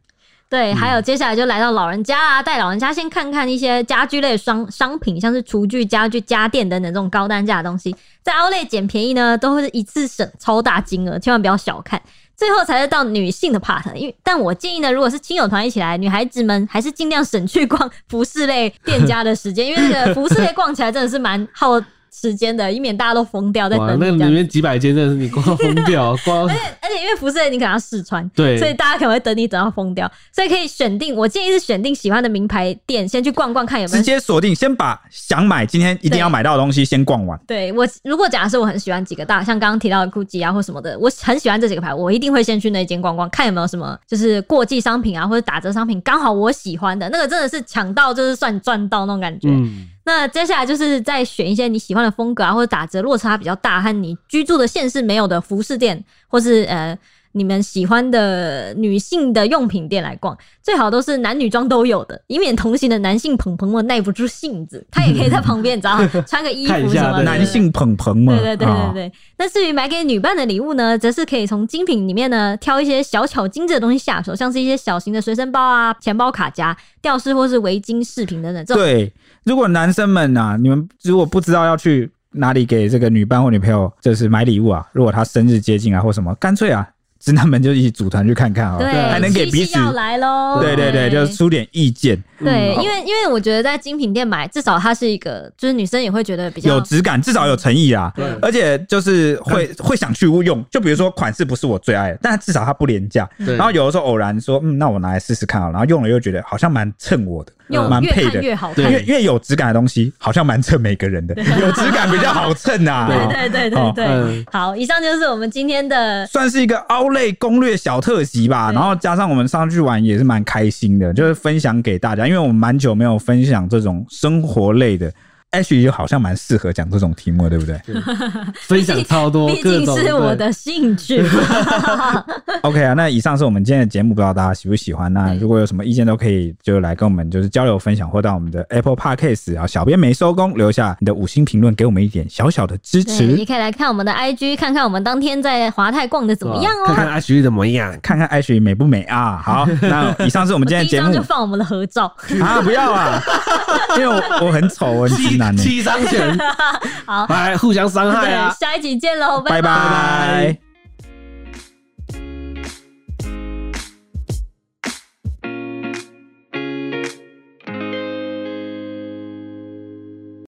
Speaker 2: 对，还有接下来就来到老人家啊，带老人家先看看一些家居类的商商品，像是厨具、家具、家电等等这种高单价的东西，在 Outlet 捡便宜呢，都会是一次省超大金额，千万不要小看。最后才是到女性的 part，因为但我建议呢，如果是亲友团一起来，女孩子们还是尽量省去逛服饰类店家的时间，因为那个服饰类逛起来真的是蛮耗时间的，以免大家都疯掉在
Speaker 3: 哇，
Speaker 2: 等
Speaker 3: 那
Speaker 2: 你
Speaker 3: 里
Speaker 2: 这样。
Speaker 3: 面几百间真的是你逛到疯 掉，逛到
Speaker 2: 而且因为服饰类你可能要试穿，
Speaker 3: 对，
Speaker 2: 所以大家可能会等你等到疯掉，所以可以选定，我建议是选定喜欢的名牌店，先去逛逛看有没
Speaker 1: 直
Speaker 2: 有。
Speaker 1: 接锁定，先把想买今天一定要买到的东西先逛完。
Speaker 2: 对我，如果假设我很喜欢几个大，像刚刚提到的 GUCCI 啊或什么的，我很喜欢这几个牌，我一定会先去那间逛逛，看有没有什么就是过季商品啊或者打折商品，刚好我喜欢的那个真的是抢到就是算赚到那种感觉。
Speaker 3: 嗯，
Speaker 2: 那接下来就是再选一些你喜欢的风格啊，或者打折落差比较大和你居住的县市没有的服饰店，或是呃你们喜欢的女性的用品店来逛，最好都是男女装都有的，以免同行的男性朋朋们耐不住性子，他也可以在旁边，你知道吗 穿个衣服
Speaker 3: 看一下
Speaker 2: 什么的。
Speaker 3: 对
Speaker 1: 男性捧捧嘛，
Speaker 2: 对对对对
Speaker 1: 啊
Speaker 2: 对。呃那至于买给女伴的礼物呢，则是可以从精品里面呢挑一些小巧精致的东西下手，像是一些小型的随身包啊、钱包、卡夹、吊饰或是围巾饰品等等这种。
Speaker 1: 对，如果男生们啊，你们如果不知道要去哪里给这个女伴或女朋友就是买礼物啊，如果她生日接近啊或什么，干脆啊，直男们就一起组团去看看啊，
Speaker 2: 对，
Speaker 1: 还能给彼
Speaker 2: 七
Speaker 1: 此
Speaker 2: 夕要来喽。
Speaker 1: 对对对，就是出点意见，
Speaker 2: 对，
Speaker 1: 嗯
Speaker 2: 因为因为我觉得在精品店买，至少它是一个，就是女生也会觉得比较
Speaker 1: 有质感，至少有诚意啊
Speaker 3: 对，
Speaker 1: 而且就是会会想去用，就比如说款式不是我最爱的，但至少它不廉价。
Speaker 3: 对
Speaker 1: 然后有的时候偶然说，嗯，那我拿来试试看啊，然后用了又觉得好像蛮衬我的，
Speaker 2: 用
Speaker 1: 呃蛮
Speaker 2: 越
Speaker 1: 配
Speaker 2: 看
Speaker 1: 的。
Speaker 2: 越好看。
Speaker 3: 对
Speaker 1: 越越有质感的东西，好像蛮衬每个人的，有质感比较好衬啊。
Speaker 2: 对
Speaker 3: 对
Speaker 2: 对对
Speaker 1: 哦
Speaker 2: 对，
Speaker 3: 嗯
Speaker 2: 好，以上就是我们今天的。
Speaker 1: 算是一个凹类攻略小特辑吧，
Speaker 2: 对
Speaker 1: 然后加上我们上去玩也是蛮开心的，就是分享给大家，因为我们蛮久没有分享这种生活类的，H 就好像蛮适合讲这种题目的，对 不对
Speaker 3: 分享超多，
Speaker 2: 毕
Speaker 3: 各
Speaker 2: 竟
Speaker 3: 种
Speaker 2: 是我的兴趣，
Speaker 1: ？OK 啊，那以上是我们今天的节目，不知道大家喜不喜欢？那
Speaker 2: 对
Speaker 1: 如果有什么意见都可以就来跟我们就是交流分享，或到我们的 Apple Podcast，然后小编没收工，留下你的五星评论，给我们一点小小的支
Speaker 2: 对，也
Speaker 1: 持。
Speaker 2: 可以来看我们的 IG，看看我们当天在华泰逛的怎
Speaker 3: 对吧
Speaker 2: 么样
Speaker 3: 看
Speaker 2: 哦。
Speaker 3: 看阿徐怎么样，
Speaker 1: 看看 H 美不美啊？好，那以上是我们
Speaker 2: 我
Speaker 1: 今
Speaker 2: 第
Speaker 1: 天
Speaker 2: 一
Speaker 1: 的
Speaker 2: 张
Speaker 1: 节
Speaker 2: 就
Speaker 1: 目
Speaker 2: 放我们的合照。
Speaker 1: 啊！不 要啊，因为我我很丑，我很直
Speaker 3: 七
Speaker 1: 男 呢。
Speaker 3: 七伤拳，哎
Speaker 2: 好，
Speaker 3: 来互相伤害
Speaker 2: 对
Speaker 3: 啊，。
Speaker 2: 下一集见喽，拜
Speaker 1: 拜拜。